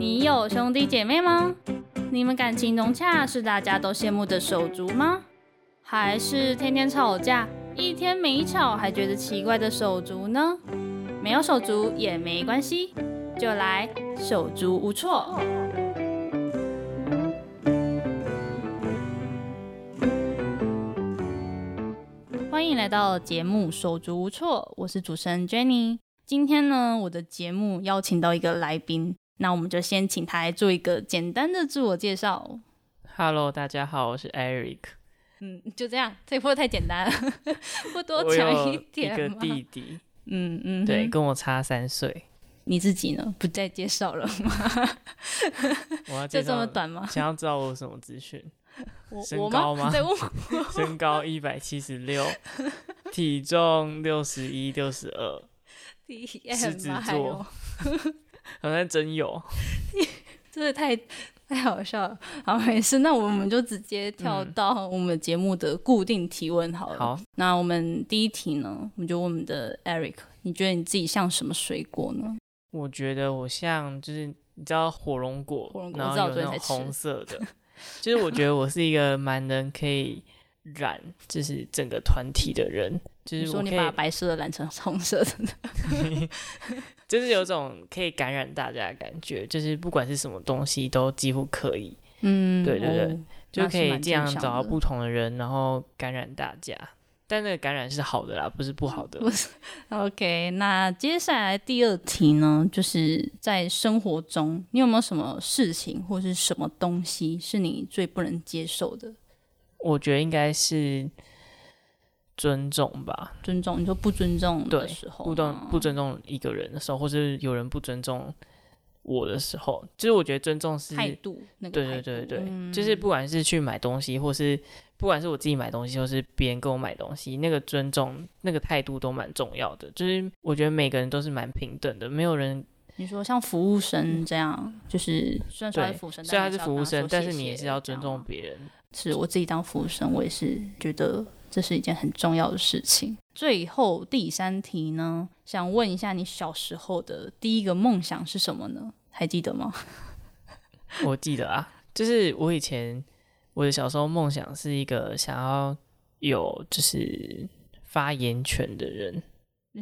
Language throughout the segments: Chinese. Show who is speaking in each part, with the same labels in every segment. Speaker 1: 有兄弟姐妹吗？你们感情融洽是大家都羡慕的手足吗？还是天天吵架，一天没吵还觉得奇怪的手足呢？没有手足也没关系，就来手足无措。欢迎来到节目《手足无措》，我是主持人 Jenny。今天呢，我的节目邀请到一个来宾，那我们就先请他来做一个简单的自我介绍。
Speaker 2: Hello，大家好，我是 Eric。
Speaker 1: 嗯，就这样，这一波太简单了， 不多
Speaker 2: 我
Speaker 1: 讲
Speaker 2: 有
Speaker 1: 一点
Speaker 2: 一个
Speaker 1: 嘛
Speaker 2: 弟弟，
Speaker 1: 嗯嗯，
Speaker 2: 对，
Speaker 1: 哼，
Speaker 2: 跟我差三岁。
Speaker 1: 你自己呢？不再介绍 了吗？
Speaker 2: 我要
Speaker 1: 就
Speaker 2: 介
Speaker 1: 这么
Speaker 2: 绍，
Speaker 1: 短吗？
Speaker 2: 想要知道我有什么资讯？
Speaker 1: 我
Speaker 2: 身
Speaker 1: 我
Speaker 2: 高
Speaker 1: 吗？
Speaker 2: 吗
Speaker 1: 对，我
Speaker 2: 身高一百七十 六，体重六十一、六十二，
Speaker 1: 第一也很
Speaker 2: 狮子
Speaker 1: 麻烦
Speaker 2: 座
Speaker 1: 哦，
Speaker 2: 好像真有。
Speaker 1: 真的太太好笑了。好，没事，那我们就直接跳
Speaker 2: 嗯
Speaker 1: 到我们节目的固定提问好了。
Speaker 2: 好，
Speaker 1: 那我们第一题呢，我们就问我们的 Eric，你觉得你自己像什么水果呢？
Speaker 2: 我觉得我像就是你知道火龙果，
Speaker 1: 火龙果
Speaker 2: 然
Speaker 1: 我
Speaker 2: 后
Speaker 1: 知道
Speaker 2: 有
Speaker 1: 我昨
Speaker 2: 那
Speaker 1: 天
Speaker 2: 种
Speaker 1: 才吃
Speaker 2: 红色的，就是我觉得我是一个蛮能可以染，就是整个团体的人，就
Speaker 1: 你
Speaker 2: 是我
Speaker 1: 说你
Speaker 2: 可以
Speaker 1: 把白色的染成红色的，
Speaker 2: 就是有种可以感染大家的感觉，就是不管是什么东西都几乎可以，
Speaker 1: 嗯，
Speaker 2: 对对对
Speaker 1: 哦
Speaker 2: 就可以这样
Speaker 1: 那是蛮正常的
Speaker 2: 找到不同的人，然后感染大家。但那个感染是好的啦，不是不好的。
Speaker 1: 哦 OK，那接下来第二题呢，就是在生活中，你有没有什么事情或是什么东西是你最不能接受的？
Speaker 2: 我觉得应该是尊重吧，
Speaker 1: 尊重，你说不尊重的
Speaker 2: 对
Speaker 1: 时候吗，
Speaker 2: 不尊不尊重一个人的时候，或是有人不尊重我的时候，就是我觉得尊重是
Speaker 1: 态度，那个
Speaker 2: 对
Speaker 1: 态
Speaker 2: 对
Speaker 1: 度
Speaker 2: 对对，
Speaker 1: 嗯
Speaker 2: 就是不管是去买东西，或是不管是我自己买东西，或是别人跟我买东西，那个尊重、那个态度都蛮重要的。就是我觉得每个人都是蛮平等的，没有人
Speaker 1: 你说像服务生这样，就是虽然说他是
Speaker 2: 对
Speaker 1: 服务生，
Speaker 2: 虽
Speaker 1: 但
Speaker 2: 然他
Speaker 1: 你
Speaker 2: 是
Speaker 1: 还
Speaker 2: 服务
Speaker 1: 要
Speaker 2: 生，
Speaker 1: 跟他
Speaker 2: 但
Speaker 1: 说
Speaker 2: 是
Speaker 1: 谢
Speaker 2: 你也
Speaker 1: 谢
Speaker 2: 是要尊。
Speaker 1: 这
Speaker 2: 重
Speaker 1: 样
Speaker 2: 别人。
Speaker 1: 是我自己当服务生，我也是觉得这是一件很重要的事情。最后第三题呢，想问一下你小时候的第一个梦想是什么呢？还记得吗？
Speaker 2: 我记得啊，就是我以前我的小时候梦想是一个想要有就是发言权的人，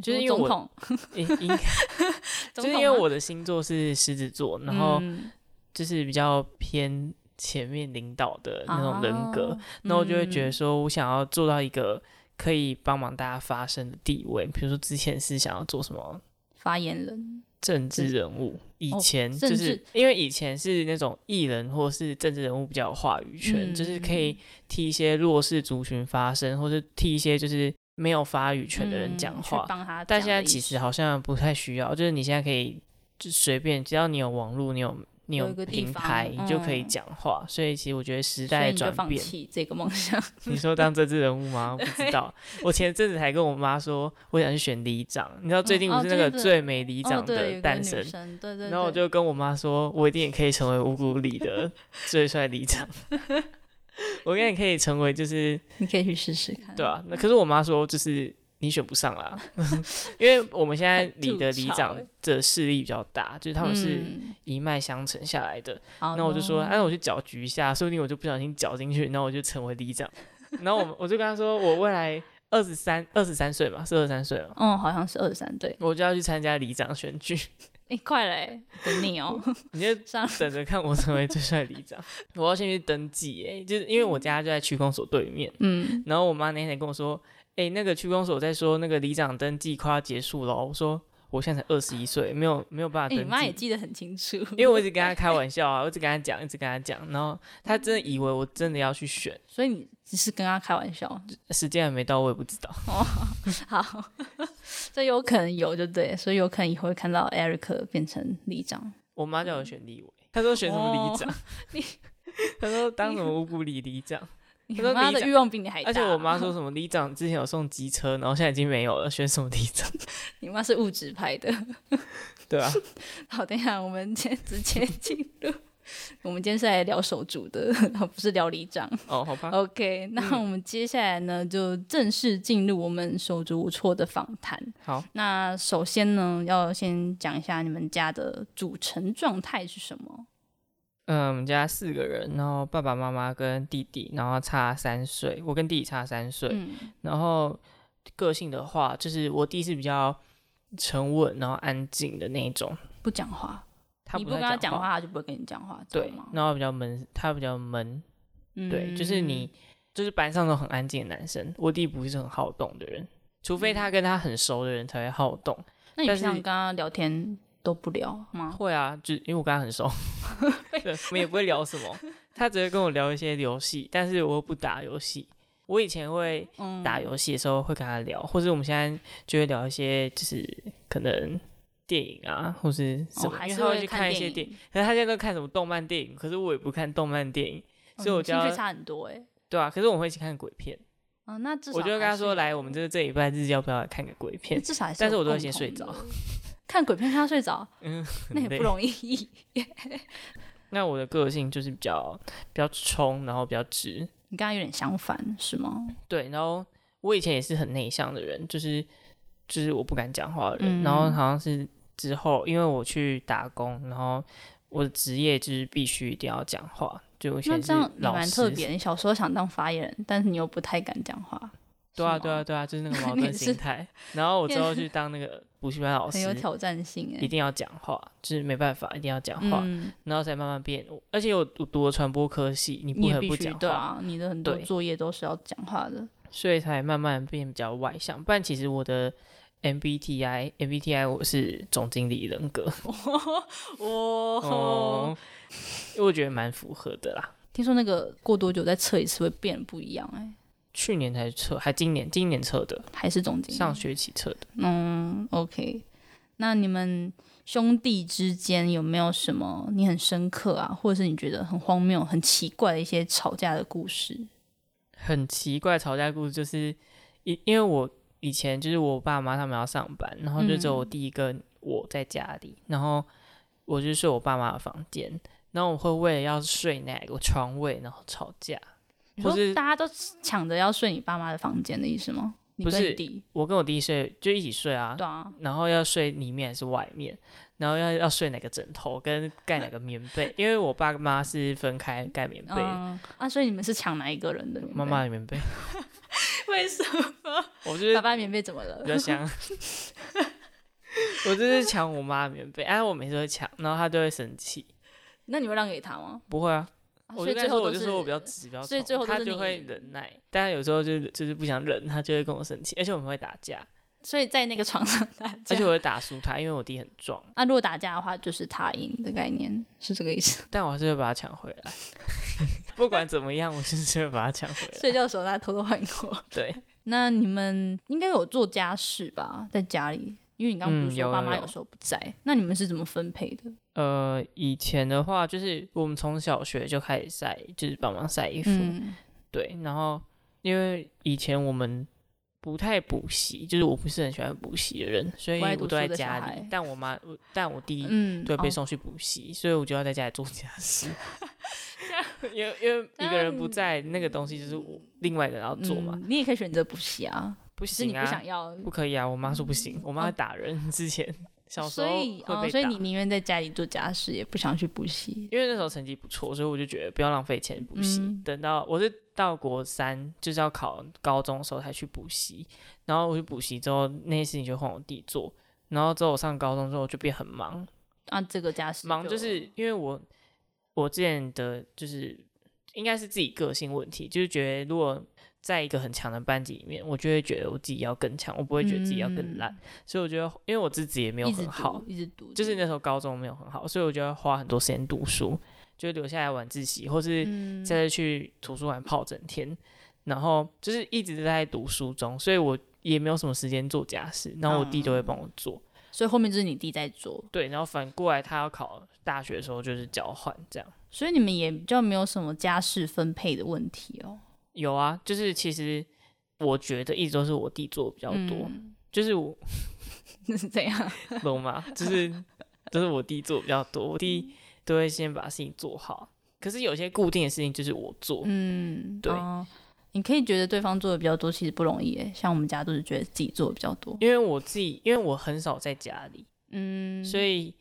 Speaker 2: 就是因为
Speaker 1: 总
Speaker 2: 我
Speaker 1: 统，
Speaker 2: 应应
Speaker 1: 总
Speaker 2: 就是因
Speaker 1: 统
Speaker 2: 为
Speaker 1: 吗
Speaker 2: 我的星座是狮子座，然后。
Speaker 1: 嗯
Speaker 2: 就是比较偏前面领导的那种人格，
Speaker 1: 啊
Speaker 2: 那、我就会觉得
Speaker 1: 嗯
Speaker 2: 说我想要做到一个可以帮忙大家发声的地位，比如说之前是想要做什么
Speaker 1: 发言人
Speaker 2: 政治人物，以前
Speaker 1: 哦政
Speaker 2: 就
Speaker 1: 治
Speaker 2: 是因为以前是那种艺人或是政治人物比较有话语权，
Speaker 1: 嗯
Speaker 2: 就是可以替一些弱势族群发声，或是替一些就是没有发语权的人讲
Speaker 1: 嗯去
Speaker 2: 话，
Speaker 1: 帮他讲的意思。
Speaker 2: 但现在其实好像不太需要，就是你现在可以就随便，只要你有网络，你有你
Speaker 1: 有一个地
Speaker 2: 平台，
Speaker 1: 方
Speaker 2: 你就可以
Speaker 1: 嗯
Speaker 2: 讲话。所以其实我觉得
Speaker 1: 所
Speaker 2: 时
Speaker 1: 以
Speaker 2: 代
Speaker 1: 你就
Speaker 2: 转
Speaker 1: 放
Speaker 2: 变，
Speaker 1: 弃这个梦想，
Speaker 2: 你说当政治人物吗？我不知道。我前阵子还跟我妈说，我想去选里长。你知道最近
Speaker 1: 嗯哦
Speaker 2: 不是那个
Speaker 1: 对对对
Speaker 2: 最美里
Speaker 1: 哦
Speaker 2: 长
Speaker 1: 对，有
Speaker 2: 的
Speaker 1: 一个
Speaker 2: 诞
Speaker 1: 女
Speaker 2: 生，
Speaker 1: 生，对对。
Speaker 2: 然后我
Speaker 1: 对
Speaker 2: 就跟我妈说，我一定也可以成为五谷 里的最帅里长。 我应该也可以成为，就是
Speaker 1: 你可以去试试看。
Speaker 2: 对啊，那可是我妈说，就是你选不上 啦，因为我们现在
Speaker 1: 很
Speaker 2: 里 的
Speaker 1: 吐
Speaker 2: 里
Speaker 1: 槽
Speaker 2: 长
Speaker 1: 欸
Speaker 2: 的势力比较大，就是他们是
Speaker 1: 嗯哦
Speaker 2: 一脉相承下来的。
Speaker 1: 好
Speaker 2: 那我就
Speaker 1: 咯
Speaker 2: 说，哎、我去搅局一下，说不定我就不小心搅进去，然后我就成为里长。 然后我们我就跟他说，我未来二十三二十三岁嘛，是二十三岁了，
Speaker 1: 嗯，好像是二十三 对，
Speaker 2: 我就要去参加里长选举，
Speaker 1: 哎，快了欸，等你哦，
Speaker 2: 你就
Speaker 1: 上
Speaker 2: 等着看我成为最帅里长。我要先去登记、哎，就是因为我家就在区公所对面。
Speaker 1: 嗯，
Speaker 2: 然后我妈那天还跟我说：“哎、那个区公所在说那个里长登记快要结束了哦。”我说：“我现在才二十一岁，没有没有办
Speaker 1: 哎
Speaker 2: 法登
Speaker 1: 你
Speaker 2: 记。
Speaker 1: 妈也记得很清楚，因
Speaker 2: 因为我一直跟她开玩笑啊，我一直跟她讲，一直跟她讲，然后她真的以为我真的要去选，
Speaker 1: 所以你只是跟她开玩笑，
Speaker 2: 时间还没到，我也不知道。
Speaker 1: 好， 这有可能有就对，所以有可能以后会看到 Eric 变成里长，
Speaker 2: 我妈叫我选立委，她说选什么里
Speaker 1: 嗯
Speaker 2: 长？
Speaker 1: 哦你
Speaker 2: 她说当什么五谷里里长，
Speaker 1: 你
Speaker 2: 说
Speaker 1: 妈
Speaker 2: 里
Speaker 1: 的
Speaker 2: 长
Speaker 1: 欲望比你还大，
Speaker 2: 而且我妈说什么里长之前有送机车，然后现在已经没有了，选什么里长？
Speaker 1: 你妈是物质派的。
Speaker 2: 对啊，
Speaker 1: 好，等一下，我们先直接进入。我们今天是来聊手足的， 然后不是聊里长。
Speaker 2: 哦，好吧，
Speaker 1: OK，那我们接下来呢，就正式进入我们手足无措的访谈。
Speaker 2: 好，
Speaker 1: 那首先呢，要先讲一下你们家的组成状态是什么？
Speaker 2: 嗯，我们家四个人，然后爸爸妈妈跟弟弟，然后差三岁，我跟弟弟差三岁。
Speaker 1: 嗯
Speaker 2: 然后个性的话，就是我弟是比较沉稳，然后安静的那一种，
Speaker 1: 不讲话，
Speaker 2: 他
Speaker 1: 你
Speaker 2: 不
Speaker 1: 跟
Speaker 2: 太
Speaker 1: 他讲
Speaker 2: 话，
Speaker 1: 话，他就不会跟你讲话，
Speaker 2: 对
Speaker 1: 知道，吗嗯
Speaker 2: 然后比较闷，他比较闷，对，就是你就是班上都很安静的男生，我弟不是很好动的人，除非他跟他很熟的人才会好动。
Speaker 1: 嗯那你平
Speaker 2: 但是
Speaker 1: 常跟他聊天都不聊吗？
Speaker 2: 会啊，就因为我跟他 很熟，对，我们也不会聊什么，他只会跟我聊一些游戏，但是我又不打游戏。我以前会
Speaker 1: 嗯，
Speaker 2: 打游戏的时候会跟他聊，或者我们现在就会聊一些就是可能电影啊，或是什
Speaker 1: 哦，
Speaker 2: 么，
Speaker 1: 还
Speaker 2: 因为
Speaker 1: 是
Speaker 2: 他会去
Speaker 1: 看
Speaker 2: 一些
Speaker 1: 电
Speaker 2: 电影。，可是他现在都看什么动漫电影，可是我也不看动漫电影，所以
Speaker 1: 哦
Speaker 2: 我
Speaker 1: 你
Speaker 2: 就
Speaker 1: 兴
Speaker 2: 要
Speaker 1: 趣差很多哎。
Speaker 2: 对啊，可是我们会一起看鬼片，
Speaker 1: 嗯，那至少
Speaker 2: 我就会跟他
Speaker 1: 还是
Speaker 2: 说，
Speaker 1: 有
Speaker 2: 来，我们这这礼拜日要不要来看个鬼片？
Speaker 1: 至少还
Speaker 2: 但是
Speaker 1: 有
Speaker 2: 我都会
Speaker 1: 共
Speaker 2: 先
Speaker 1: 同
Speaker 2: 睡着
Speaker 1: 的。看鬼片看到睡着，
Speaker 2: 嗯，很
Speaker 1: 那也
Speaker 2: 累
Speaker 1: 不容易。
Speaker 2: 那我的个性就是比较比较冲，然后比较直，
Speaker 1: 你跟他有点相反是吗？
Speaker 2: 对，然后我以前也是很内向的人，就是就是我不敢讲话的人。然后
Speaker 1: 嗯
Speaker 2: 好像是之后，因为我去打工，然后我的职业就是必须一定要讲话，就我以
Speaker 1: 那
Speaker 2: 前是
Speaker 1: 这样你
Speaker 2: 老
Speaker 1: 蛮
Speaker 2: 师
Speaker 1: 特别。你小时候想当发言人，但是你又不太敢讲话，
Speaker 2: 对啊，
Speaker 1: 是
Speaker 2: 对啊，
Speaker 1: 吗
Speaker 2: 对啊，就是 那个矛
Speaker 1: 你
Speaker 2: 盾
Speaker 1: 也
Speaker 2: 心
Speaker 1: 是
Speaker 2: 态。然后我之
Speaker 1: 变
Speaker 2: 后去当那个补习班老
Speaker 1: 很有
Speaker 2: 师，
Speaker 1: 挑战性
Speaker 2: 一
Speaker 1: 哎。
Speaker 2: 定要讲话，就是没办法，一定要讲话，
Speaker 1: 嗯，
Speaker 2: 然后才慢慢变。而且我我读了传播科系，你
Speaker 1: 你
Speaker 2: 不
Speaker 1: 也
Speaker 2: 得
Speaker 1: 必
Speaker 2: 不
Speaker 1: 须
Speaker 2: 讲
Speaker 1: 对
Speaker 2: 话，
Speaker 1: 啊，你的很多
Speaker 2: 对
Speaker 1: 作业都是要讲话的。
Speaker 2: 所以才慢慢变比较外向。不然其实我的 MBTI MBTI 我是总经理人格，
Speaker 1: 哦，
Speaker 2: 哦， 因为我觉得蛮符合的啦。
Speaker 1: 听说那个过多久再测一次会变不一样哎，
Speaker 2: 去年才测，还今年今年测的，
Speaker 1: 还是总经理
Speaker 2: 上学期测的。
Speaker 1: 嗯，OK。那你们兄弟之间有没有什么你很深刻啊，或者是你觉得很荒谬、很奇怪的一些吵架的故事？
Speaker 2: 很奇怪，吵架故事就是因因为我以前就是我爸妈他们要上班，然后就只有我弟跟我在家里，然后我就睡我爸妈的房间，然后我会为了要睡哪个床位然后吵架。
Speaker 1: 你
Speaker 2: 或
Speaker 1: 说
Speaker 2: 是
Speaker 1: 大家都抢着要睡你爸妈的房间的意思吗？你
Speaker 2: 不
Speaker 1: 跟
Speaker 2: 是
Speaker 1: 你弟，
Speaker 2: 我跟我弟睡就一起睡啊，
Speaker 1: 对啊，
Speaker 2: 然后要睡里面还是外面，然后要要睡哪个枕头跟盖哪个棉被， 因为我爸妈是分开盖棉被，
Speaker 1: 嗯啊，所以你们是抢哪一个人的棉被？
Speaker 2: 妈妈的棉被，
Speaker 1: 为什么？
Speaker 2: 我就是
Speaker 1: 爸爸棉被怎么了
Speaker 2: 比？较香， 我就是抢我妈的棉被，哎，我每次都抢，然后她就会生气，
Speaker 1: 那你会让给他吗？
Speaker 2: 不会啊，
Speaker 1: 啊
Speaker 2: 我
Speaker 1: 所以
Speaker 2: 就
Speaker 1: 最
Speaker 2: 跟她说
Speaker 1: 后
Speaker 2: 我
Speaker 1: 都
Speaker 2: 就是说我比较直，比较
Speaker 1: 所以
Speaker 2: 冲
Speaker 1: 最后都
Speaker 2: 她
Speaker 1: 是
Speaker 2: 就
Speaker 1: 你
Speaker 2: 会忍耐，但有时候就是就是不想忍，她就会跟我生气，而且我们会打 架，
Speaker 1: 所以在那个床 上打
Speaker 2: 而
Speaker 1: 架
Speaker 2: 且。我会打输她，因为我弟很壮，
Speaker 1: 那、如果打架的话，就是他赢的概念，是这个意思。
Speaker 2: 但我还是会把她抢回来， 不管怎么样，我就是会把她抢回来。
Speaker 1: 睡觉的时候，他偷偷换我。
Speaker 2: 对，
Speaker 1: 那你们应该有做家事吧，在家里，因为你刚刚不
Speaker 2: 嗯
Speaker 1: 是
Speaker 2: 有
Speaker 1: 说
Speaker 2: 有
Speaker 1: 爸妈
Speaker 2: 有
Speaker 1: 有时候不在，那你们是怎么分配的？
Speaker 2: 呃，以前的话就是我们从小学就开始晒，就是帮忙晒衣服，
Speaker 1: 嗯，
Speaker 2: 对。然后因为以前我们不太补习，就是我不是很喜欢补习的人，所以
Speaker 1: 不爱
Speaker 2: 我
Speaker 1: 读
Speaker 2: 都在
Speaker 1: 书的小
Speaker 2: 家里
Speaker 1: 孩。
Speaker 2: 但我妈，我但我弟
Speaker 1: 嗯，
Speaker 2: 对被
Speaker 1: 哦
Speaker 2: 送去补习，所以我就要在家里做家 事。 因为因为一个人不在，那个东西就是我另外一个人要做嘛，
Speaker 1: 嗯嗯你也可以选择补习啊，
Speaker 2: 不
Speaker 1: 只是你
Speaker 2: 行
Speaker 1: 不
Speaker 2: 啊
Speaker 1: 想，要，
Speaker 2: 不可以啊！我妈说不行，我妈
Speaker 1: 哦
Speaker 2: 会打人。之前 小时
Speaker 1: 所
Speaker 2: 候
Speaker 1: 以
Speaker 2: 会
Speaker 1: 哦，
Speaker 2: 被
Speaker 1: 所以
Speaker 2: 打
Speaker 1: 你宁愿在家里做家事，也不想去补习。
Speaker 2: 因为那时候成绩不错，所以我就觉得不要浪费钱补习。
Speaker 1: 嗯
Speaker 2: 等到我是到国三，就是要考高中的时候才去补习，然后我去补习之后，那些事情就换我弟做。然后之后我上高中之后就变很忙，
Speaker 1: 啊，这个家事
Speaker 2: 忙就是因为我我之前的就是应该是自己个性问题，就是觉得如果在一个很强的班级里面，我就会觉得我自己要更强，我不会觉得自己要更烂。所以我觉得，因为我自己也没
Speaker 1: 嗯
Speaker 2: 有
Speaker 1: 一直
Speaker 2: 很好，
Speaker 1: 读，一直读，
Speaker 2: 就是那时候高中没有很好，所以我就要花很多时间读书，就留下来晚自习，或是
Speaker 1: 嗯
Speaker 2: 再去图书馆泡整天，然后就是一直在读书中，所以我也没有什么时间做家事，然后我弟就
Speaker 1: 嗯
Speaker 2: 会帮我做。
Speaker 1: 所以后面就是你弟在做，
Speaker 2: 对，然后反过来他要考大学的时候就是交换这样。
Speaker 1: 所以你们也比较没有什么家事分配的问题哦。
Speaker 2: 有啊，就是其实我觉得一直都是我弟做比较多，
Speaker 1: 嗯
Speaker 2: 就是我
Speaker 1: 那是怎样？
Speaker 2: 懂吗？就是 都是我弟做比较多，我
Speaker 1: 嗯
Speaker 2: 弟都会先把事情做好。可是有些固定的事情就是我做，
Speaker 1: 嗯，
Speaker 2: 对
Speaker 1: 哦你可以觉得对方做的比较多，其实不容易诶。像我们家都是觉得自己做的比较多，
Speaker 2: 因为我自己，因为我很少在家里，
Speaker 1: 嗯，
Speaker 2: 所以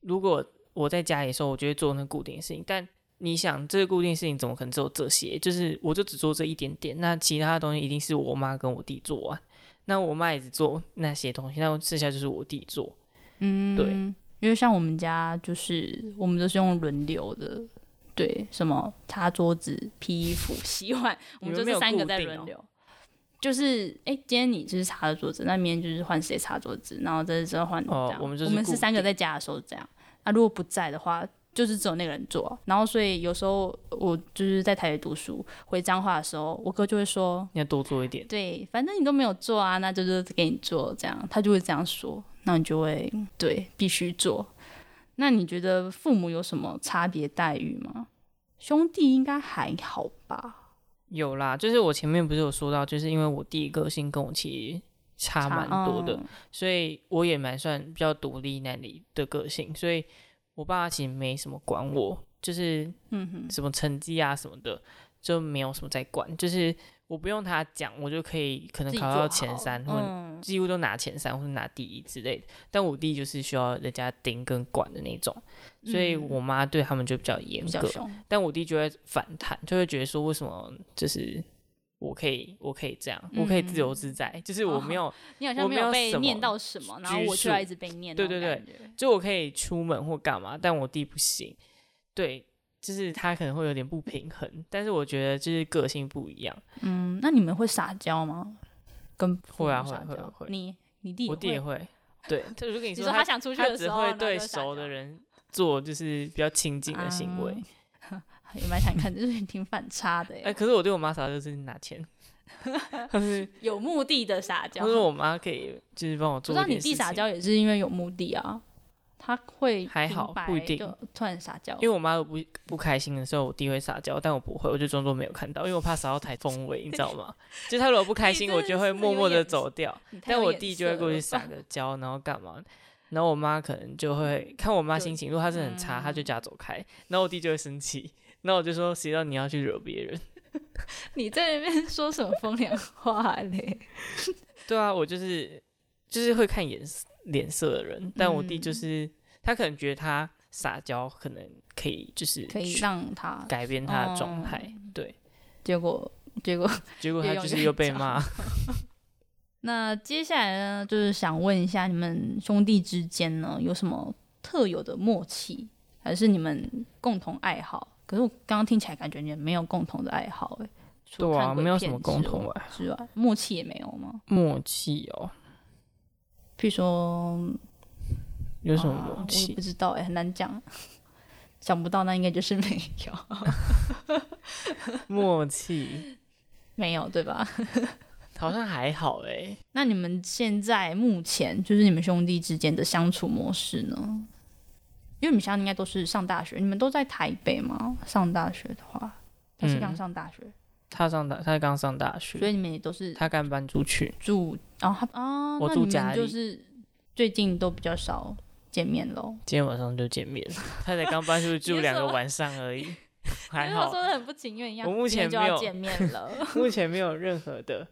Speaker 2: 如果我在家里的时候，我就会做那固定的事情。但你想这个固定事情怎么可能只有这些？就是我就只做这一点点，那其他的东西一定是我妈跟我弟做完，那我妈也只做那些东西，那剩下就是我弟做。
Speaker 1: 嗯，
Speaker 2: 对，
Speaker 1: 因为像我们家就是我们都是用轮流的，对，什么擦桌子、披衣服、洗碗，我
Speaker 2: 你们
Speaker 1: 们就是
Speaker 2: 没有
Speaker 1: 三个
Speaker 2: 固
Speaker 1: 在
Speaker 2: 定
Speaker 1: 轮
Speaker 2: 哦
Speaker 1: 流。就是哎、今天你就是擦桌子，那明天就是换谁擦桌子，然后这之后换你这
Speaker 2: 哦
Speaker 1: 样。
Speaker 2: 我们就是
Speaker 1: 我们是
Speaker 2: 固
Speaker 1: 三个在家的时候这样。啊，如果不在的话，就是只有那个人做。然后所以有时候我就是在台北读书，回彰化的时候，我哥就会说
Speaker 2: 你要多做一点：“。
Speaker 1: 对，反正你都没有做啊，那就是给你做这样。”他就会这样说，那你就会对必须做。那你觉得父母有什么差别待遇吗？兄弟应该还好吧？
Speaker 2: 有啦，就是我前面不是有说到，就是因为我弟个性跟我其实差蛮多的，
Speaker 1: 嗯
Speaker 2: 所以我也蛮算比较独立那里的个性，所以我爸其实没什么管我，就是
Speaker 1: 嗯哼，
Speaker 2: 什么成绩啊什么的就没有什么在管，就是我不用他讲，我就可以可能
Speaker 1: 自己
Speaker 2: 考
Speaker 1: 做
Speaker 2: 到
Speaker 1: 好
Speaker 2: 前三，或者
Speaker 1: 嗯
Speaker 2: 几乎都拿前三或者拿第一之类的。但我弟就是需要人家盯跟管的那种，所以
Speaker 1: 嗯
Speaker 2: 我妈对他们就比较严
Speaker 1: 比较
Speaker 2: 格，
Speaker 1: 凶，
Speaker 2: 但我弟就会反弹，就会觉得说为什么就是。我可以，我可以这
Speaker 1: 嗯
Speaker 2: 样，我可以自由自在，就是我没有
Speaker 1: 你好像
Speaker 2: 我
Speaker 1: 没
Speaker 2: 没有
Speaker 1: 被
Speaker 2: 什么
Speaker 1: 念到什么，然后
Speaker 2: 拘
Speaker 1: 我却
Speaker 2: 束
Speaker 1: 要一直被念那
Speaker 2: 对
Speaker 1: 种
Speaker 2: 对
Speaker 1: 感
Speaker 2: 对
Speaker 1: 觉。
Speaker 2: 就我可以出门或干嘛，但我弟不行。对，就是他可能会有点不平衡，但是我觉得就是个性不一样。
Speaker 1: 嗯，那你们会撒娇吗？跟父
Speaker 2: 会啊
Speaker 1: 母
Speaker 2: 会
Speaker 1: 撒
Speaker 2: 会
Speaker 1: 娇
Speaker 2: 会
Speaker 1: 你你弟
Speaker 2: 我
Speaker 1: 也
Speaker 2: 弟也会， 对，他就跟你
Speaker 1: 你
Speaker 2: 说
Speaker 1: 说
Speaker 2: 他
Speaker 1: 他想出去
Speaker 2: 他
Speaker 1: 的
Speaker 2: 只
Speaker 1: 时候，
Speaker 2: 会
Speaker 1: 然后
Speaker 2: 对
Speaker 1: 就会撒
Speaker 2: 熟
Speaker 1: 娇啊
Speaker 2: 的人做就是比较亲近的行为。
Speaker 1: 哎也蛮想看，就是挺反差的耶
Speaker 2: 哎、，可是我对我妈撒娇就是拿钱， 但是
Speaker 1: 有目的的撒娇。
Speaker 2: 或者我妈可以就是帮我
Speaker 1: 不
Speaker 2: 做
Speaker 1: 知道
Speaker 2: 一
Speaker 1: 你
Speaker 2: 点
Speaker 1: 弟
Speaker 2: 事
Speaker 1: 撒
Speaker 2: 情，
Speaker 1: 娇也是因为有目的啊，他会
Speaker 2: 还好
Speaker 1: 明白
Speaker 2: 不一定
Speaker 1: 就突然撒娇，
Speaker 2: 因为我妈不不开心的时候，我弟会撒娇，但我不会，我就装作没有看到，因为我怕撒到台风尾，你知道吗？ 就他如果不开心，
Speaker 1: 你真
Speaker 2: 我
Speaker 1: 的
Speaker 2: 就会
Speaker 1: 是
Speaker 2: 默
Speaker 1: 有
Speaker 2: 默的
Speaker 1: 眼
Speaker 2: 走
Speaker 1: 色
Speaker 2: 掉。
Speaker 1: 你太
Speaker 2: 但
Speaker 1: 有
Speaker 2: 我
Speaker 1: 眼
Speaker 2: 弟就会
Speaker 1: 色
Speaker 2: 过
Speaker 1: 了
Speaker 2: 去撒个娇，然后干嘛？然后我妈可能就会看我妈
Speaker 1: 对
Speaker 2: 心情，如果她真的很差，她
Speaker 1: 嗯
Speaker 2: 就假走开。然后我弟就会生气，然后我就说：“谁让你要去惹别人
Speaker 1: 你在那边说什么风凉话 嘞？？”
Speaker 2: 对啊，我就是就是会看眼色脸色的人，但我
Speaker 1: 嗯
Speaker 2: 弟就是、他可能觉得他撒娇可能可以就是
Speaker 1: 可以
Speaker 2: 去
Speaker 1: 让他，
Speaker 2: 改变他的状态，对。
Speaker 1: 结果结果
Speaker 2: 结果
Speaker 1: 越
Speaker 2: 他
Speaker 1: 用
Speaker 2: 就是
Speaker 1: 越
Speaker 2: 又被
Speaker 1: 糟
Speaker 2: 骂，
Speaker 1: 那接下来呢，就是想问一下，你们兄弟之间呢有什么特有的默契，还是你们共同爱好？可是我刚刚听起来感觉你们没有共同的爱好、欸，除了
Speaker 2: 对啊
Speaker 1: 看鬼
Speaker 2: 没有
Speaker 1: 片哦
Speaker 2: 什么共
Speaker 1: 之
Speaker 2: 同
Speaker 1: 外
Speaker 2: 爱
Speaker 1: 之外，默契也没有吗？
Speaker 2: 默契哦，
Speaker 1: 譬如说，
Speaker 2: 有什么
Speaker 1: 啊
Speaker 2: 默
Speaker 1: 我也
Speaker 2: 契
Speaker 1: 不？知道、欸，很难讲，想不到，那应该就是没有，
Speaker 2: 默契
Speaker 1: 没有对吧？
Speaker 2: 好像还好哎、
Speaker 1: 那你们现在目前就是你们兄弟之间的相处模式呢？因为你们现在应该都是上大学，你们都在台北吗？上大学的话，他是刚
Speaker 2: 嗯
Speaker 1: 上大学，
Speaker 2: 他上大，他刚上大
Speaker 1: 所
Speaker 2: 学，
Speaker 1: 以你们也都是
Speaker 2: 他刚搬出去，
Speaker 1: 住，然后他啊，
Speaker 2: 我
Speaker 1: 那
Speaker 2: 住
Speaker 1: 你
Speaker 2: 家
Speaker 1: 们
Speaker 2: 里
Speaker 1: 就是最近都比较少见面喽。
Speaker 2: 今天晚上就见面了。 他才刚搬出去住
Speaker 1: 你是
Speaker 2: 两个
Speaker 1: 说
Speaker 2: 晚上而已， 还
Speaker 1: 因为我
Speaker 2: 好
Speaker 1: 说的很不情愿一样，
Speaker 2: 我目
Speaker 1: 今天
Speaker 2: 前
Speaker 1: 就
Speaker 2: 没
Speaker 1: 要
Speaker 2: 有
Speaker 1: 见面了。
Speaker 2: 目前没有任何的，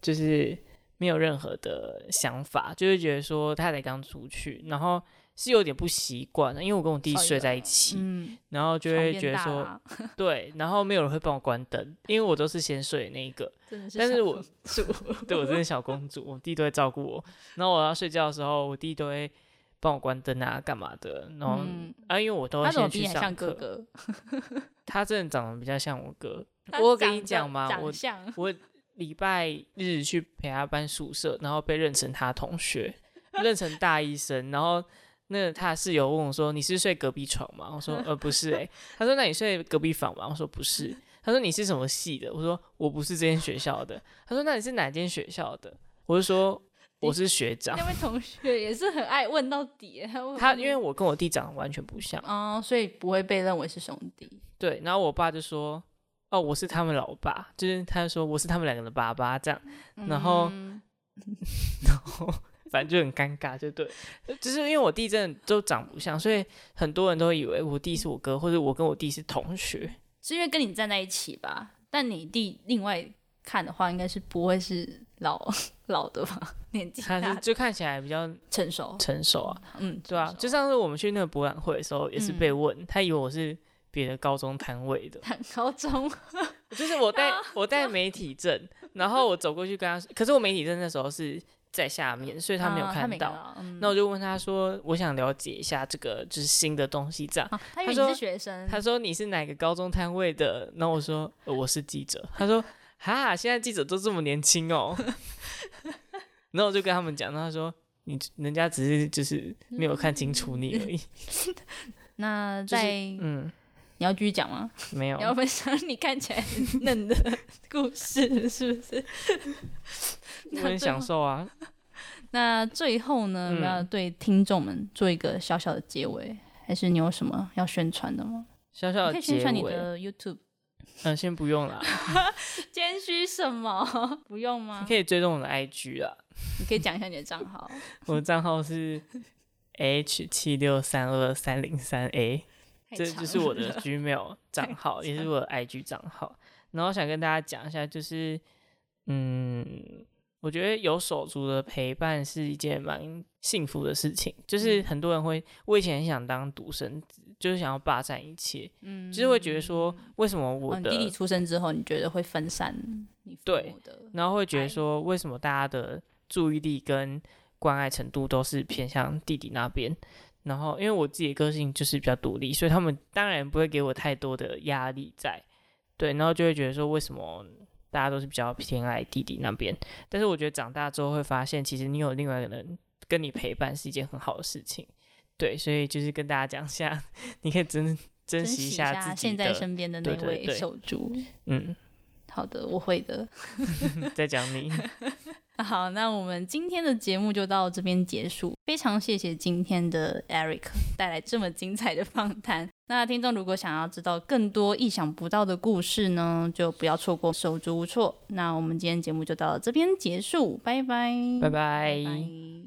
Speaker 2: 就是没有任何的想法，就会觉得说他才刚出去，然后是有点不习惯的，因为我跟我弟
Speaker 1: 少一
Speaker 2: 睡
Speaker 1: 个
Speaker 2: 在一起，
Speaker 1: 嗯，
Speaker 2: 然后就
Speaker 1: 床
Speaker 2: 会
Speaker 1: 变
Speaker 2: 觉得
Speaker 1: 大啊
Speaker 2: 说
Speaker 1: 啦
Speaker 2: 对，然后没有人会帮我关灯，因为我都是先睡的那一个，
Speaker 1: 真的是想，
Speaker 2: 但是我
Speaker 1: 住
Speaker 2: 对我真的小公主，我弟都会照顾我。然后我要睡觉的时候，我弟都会帮我关灯啊，干嘛的。然后、
Speaker 1: 嗯
Speaker 2: 啊，因为我都
Speaker 1: 他
Speaker 2: 会
Speaker 1: 怎么
Speaker 2: 先
Speaker 1: 比你
Speaker 2: 去
Speaker 1: 还像
Speaker 2: 上
Speaker 1: 哥
Speaker 2: 课。
Speaker 1: 哥？
Speaker 2: 他真的长得比较像我哥。
Speaker 1: 他
Speaker 2: 我有跟
Speaker 1: 长
Speaker 2: 你
Speaker 1: 得
Speaker 2: 讲吗
Speaker 1: 长
Speaker 2: 我
Speaker 1: 相
Speaker 2: 我礼拜日去陪他搬宿舍，然后被认成他同学， 认成大医生。然后那他的室友问我说：“你是睡隔壁床吗？”我说：“呃，不是、欸。”他说：“那你睡隔壁房吗？”我说：“不是。”他说：“你是什么系的？”我说：“我不是这间学校的。”他说：“那你是哪间学校的？”我就说：“我是学长。”
Speaker 1: 那位同学也是很爱问到底，问
Speaker 2: 他
Speaker 1: 你
Speaker 2: 因为我跟我弟长得完全不像，
Speaker 1: 哦，所以不会被认为是兄弟。
Speaker 2: 对，然后我爸就说，哦，我是他们老爸，就是他说我是他们两个的爸爸这样，然后
Speaker 1: 嗯
Speaker 2: 反正就很尴尬，就对，呃就是因为我弟真的都长不像，所以很多人都以为我弟是我哥，或者我跟我弟是 同学，
Speaker 1: 是因为跟你站在一起吧？但你弟另外看的话，应该是不会是老老的吧？年纪
Speaker 2: 他
Speaker 1: 大
Speaker 2: 是就看起来比较
Speaker 1: 成熟，
Speaker 2: 成熟啊，
Speaker 1: 嗯，
Speaker 2: 对啊，
Speaker 1: 成熟嗯
Speaker 2: 就上次我们去那个博览会的时候也是被问，他以为我是。别的高中摊 位的，
Speaker 1: 很高中，
Speaker 2: 就是我带
Speaker 1: 啊
Speaker 2: 我带媒体证，然后我走过去跟他，可是我媒体证那时候是在下面，所以他没有
Speaker 1: 啊
Speaker 2: 看
Speaker 1: 没
Speaker 2: 到。
Speaker 1: 嗯
Speaker 2: 那我就问他说，我想了解一下这个就是新的东西这样。
Speaker 1: 啊他以为
Speaker 2: 他
Speaker 1: 你
Speaker 2: 说
Speaker 1: 是学生，
Speaker 2: 他说你是哪个高中摊位的？然后我说、呃我是记者。他说哈，现在记者都这么年 轻哦。然后我就跟他们讲，然后他说你人家只是就是没有看清楚你 而已。
Speaker 1: 那
Speaker 2: 就是
Speaker 1: 在
Speaker 2: 嗯，
Speaker 1: 你要继续讲吗？
Speaker 2: 没有
Speaker 1: 你。要分享你看起来很嫩的故事，是不是？
Speaker 2: 我很享受啊。
Speaker 1: 那最后呢，
Speaker 2: 嗯
Speaker 1: 我们要对听众们做一个小小的结尾，还是你有什么要宣传的吗？
Speaker 2: 小小
Speaker 1: 你可
Speaker 2: 的
Speaker 1: 以宣
Speaker 2: 结
Speaker 1: 传你
Speaker 2: 尾，嗯、
Speaker 1: 的 YouTube，
Speaker 2: 先不用啦，
Speaker 1: 谦虚什么？ 不用
Speaker 2: 你
Speaker 1: 吗？
Speaker 2: 可以追踪我的 IG 啦。
Speaker 1: 你可以讲一下你的账号。
Speaker 2: 我的账号是 h 七六三二三零三 a，
Speaker 1: 太
Speaker 2: 这
Speaker 1: 长
Speaker 2: 就是我
Speaker 1: 了
Speaker 2: 的 Gmail 账号，也是我的 IG 账号。然后想跟大家讲一下，就是嗯，我觉得有手足的陪伴是一件蛮幸福的事情。
Speaker 1: 嗯
Speaker 2: 就是很多人会，我以前很想当独生子，就是想要霸占一切，
Speaker 1: 嗯
Speaker 2: 就是会觉得说，为什么我
Speaker 1: 哦你
Speaker 2: 的、
Speaker 1: 弟弟出生之后，你觉得会分散你父
Speaker 2: 对嗯
Speaker 1: 母的？
Speaker 2: 然后会觉
Speaker 1: 爱
Speaker 2: 得说，为什么大家的注意力跟关爱程度都是偏向弟弟那边？然后，因为我自己的个性就是比较独立，所以他们当然不会给我太多的压力在，对，然后就会觉得说，为什么大家都是比较偏爱弟弟那边？但是我觉得长大之后会发现，其实你有另外一个人跟你陪伴是一件很好的事情，对，所以就是跟大家讲一下， 你可以珍珍
Speaker 1: 珍
Speaker 2: 惜一
Speaker 1: 一
Speaker 2: 下
Speaker 1: 下
Speaker 2: 自己
Speaker 1: 现在
Speaker 2: 的，
Speaker 1: 身边的那
Speaker 2: 对对
Speaker 1: 位
Speaker 2: 对
Speaker 1: 手足。
Speaker 2: 嗯，
Speaker 1: 好的，我会的。
Speaker 2: 在讲 你，
Speaker 1: 好，那我们今天的节目就到这边结束。非常谢谢今天的 Eric 带来这么精彩的访谈。那听众如果想要知道更多意想不到的故事呢，就不要错过手足无措。那我们今天节目就到这边结束，拜拜，
Speaker 2: 拜拜
Speaker 1: 拜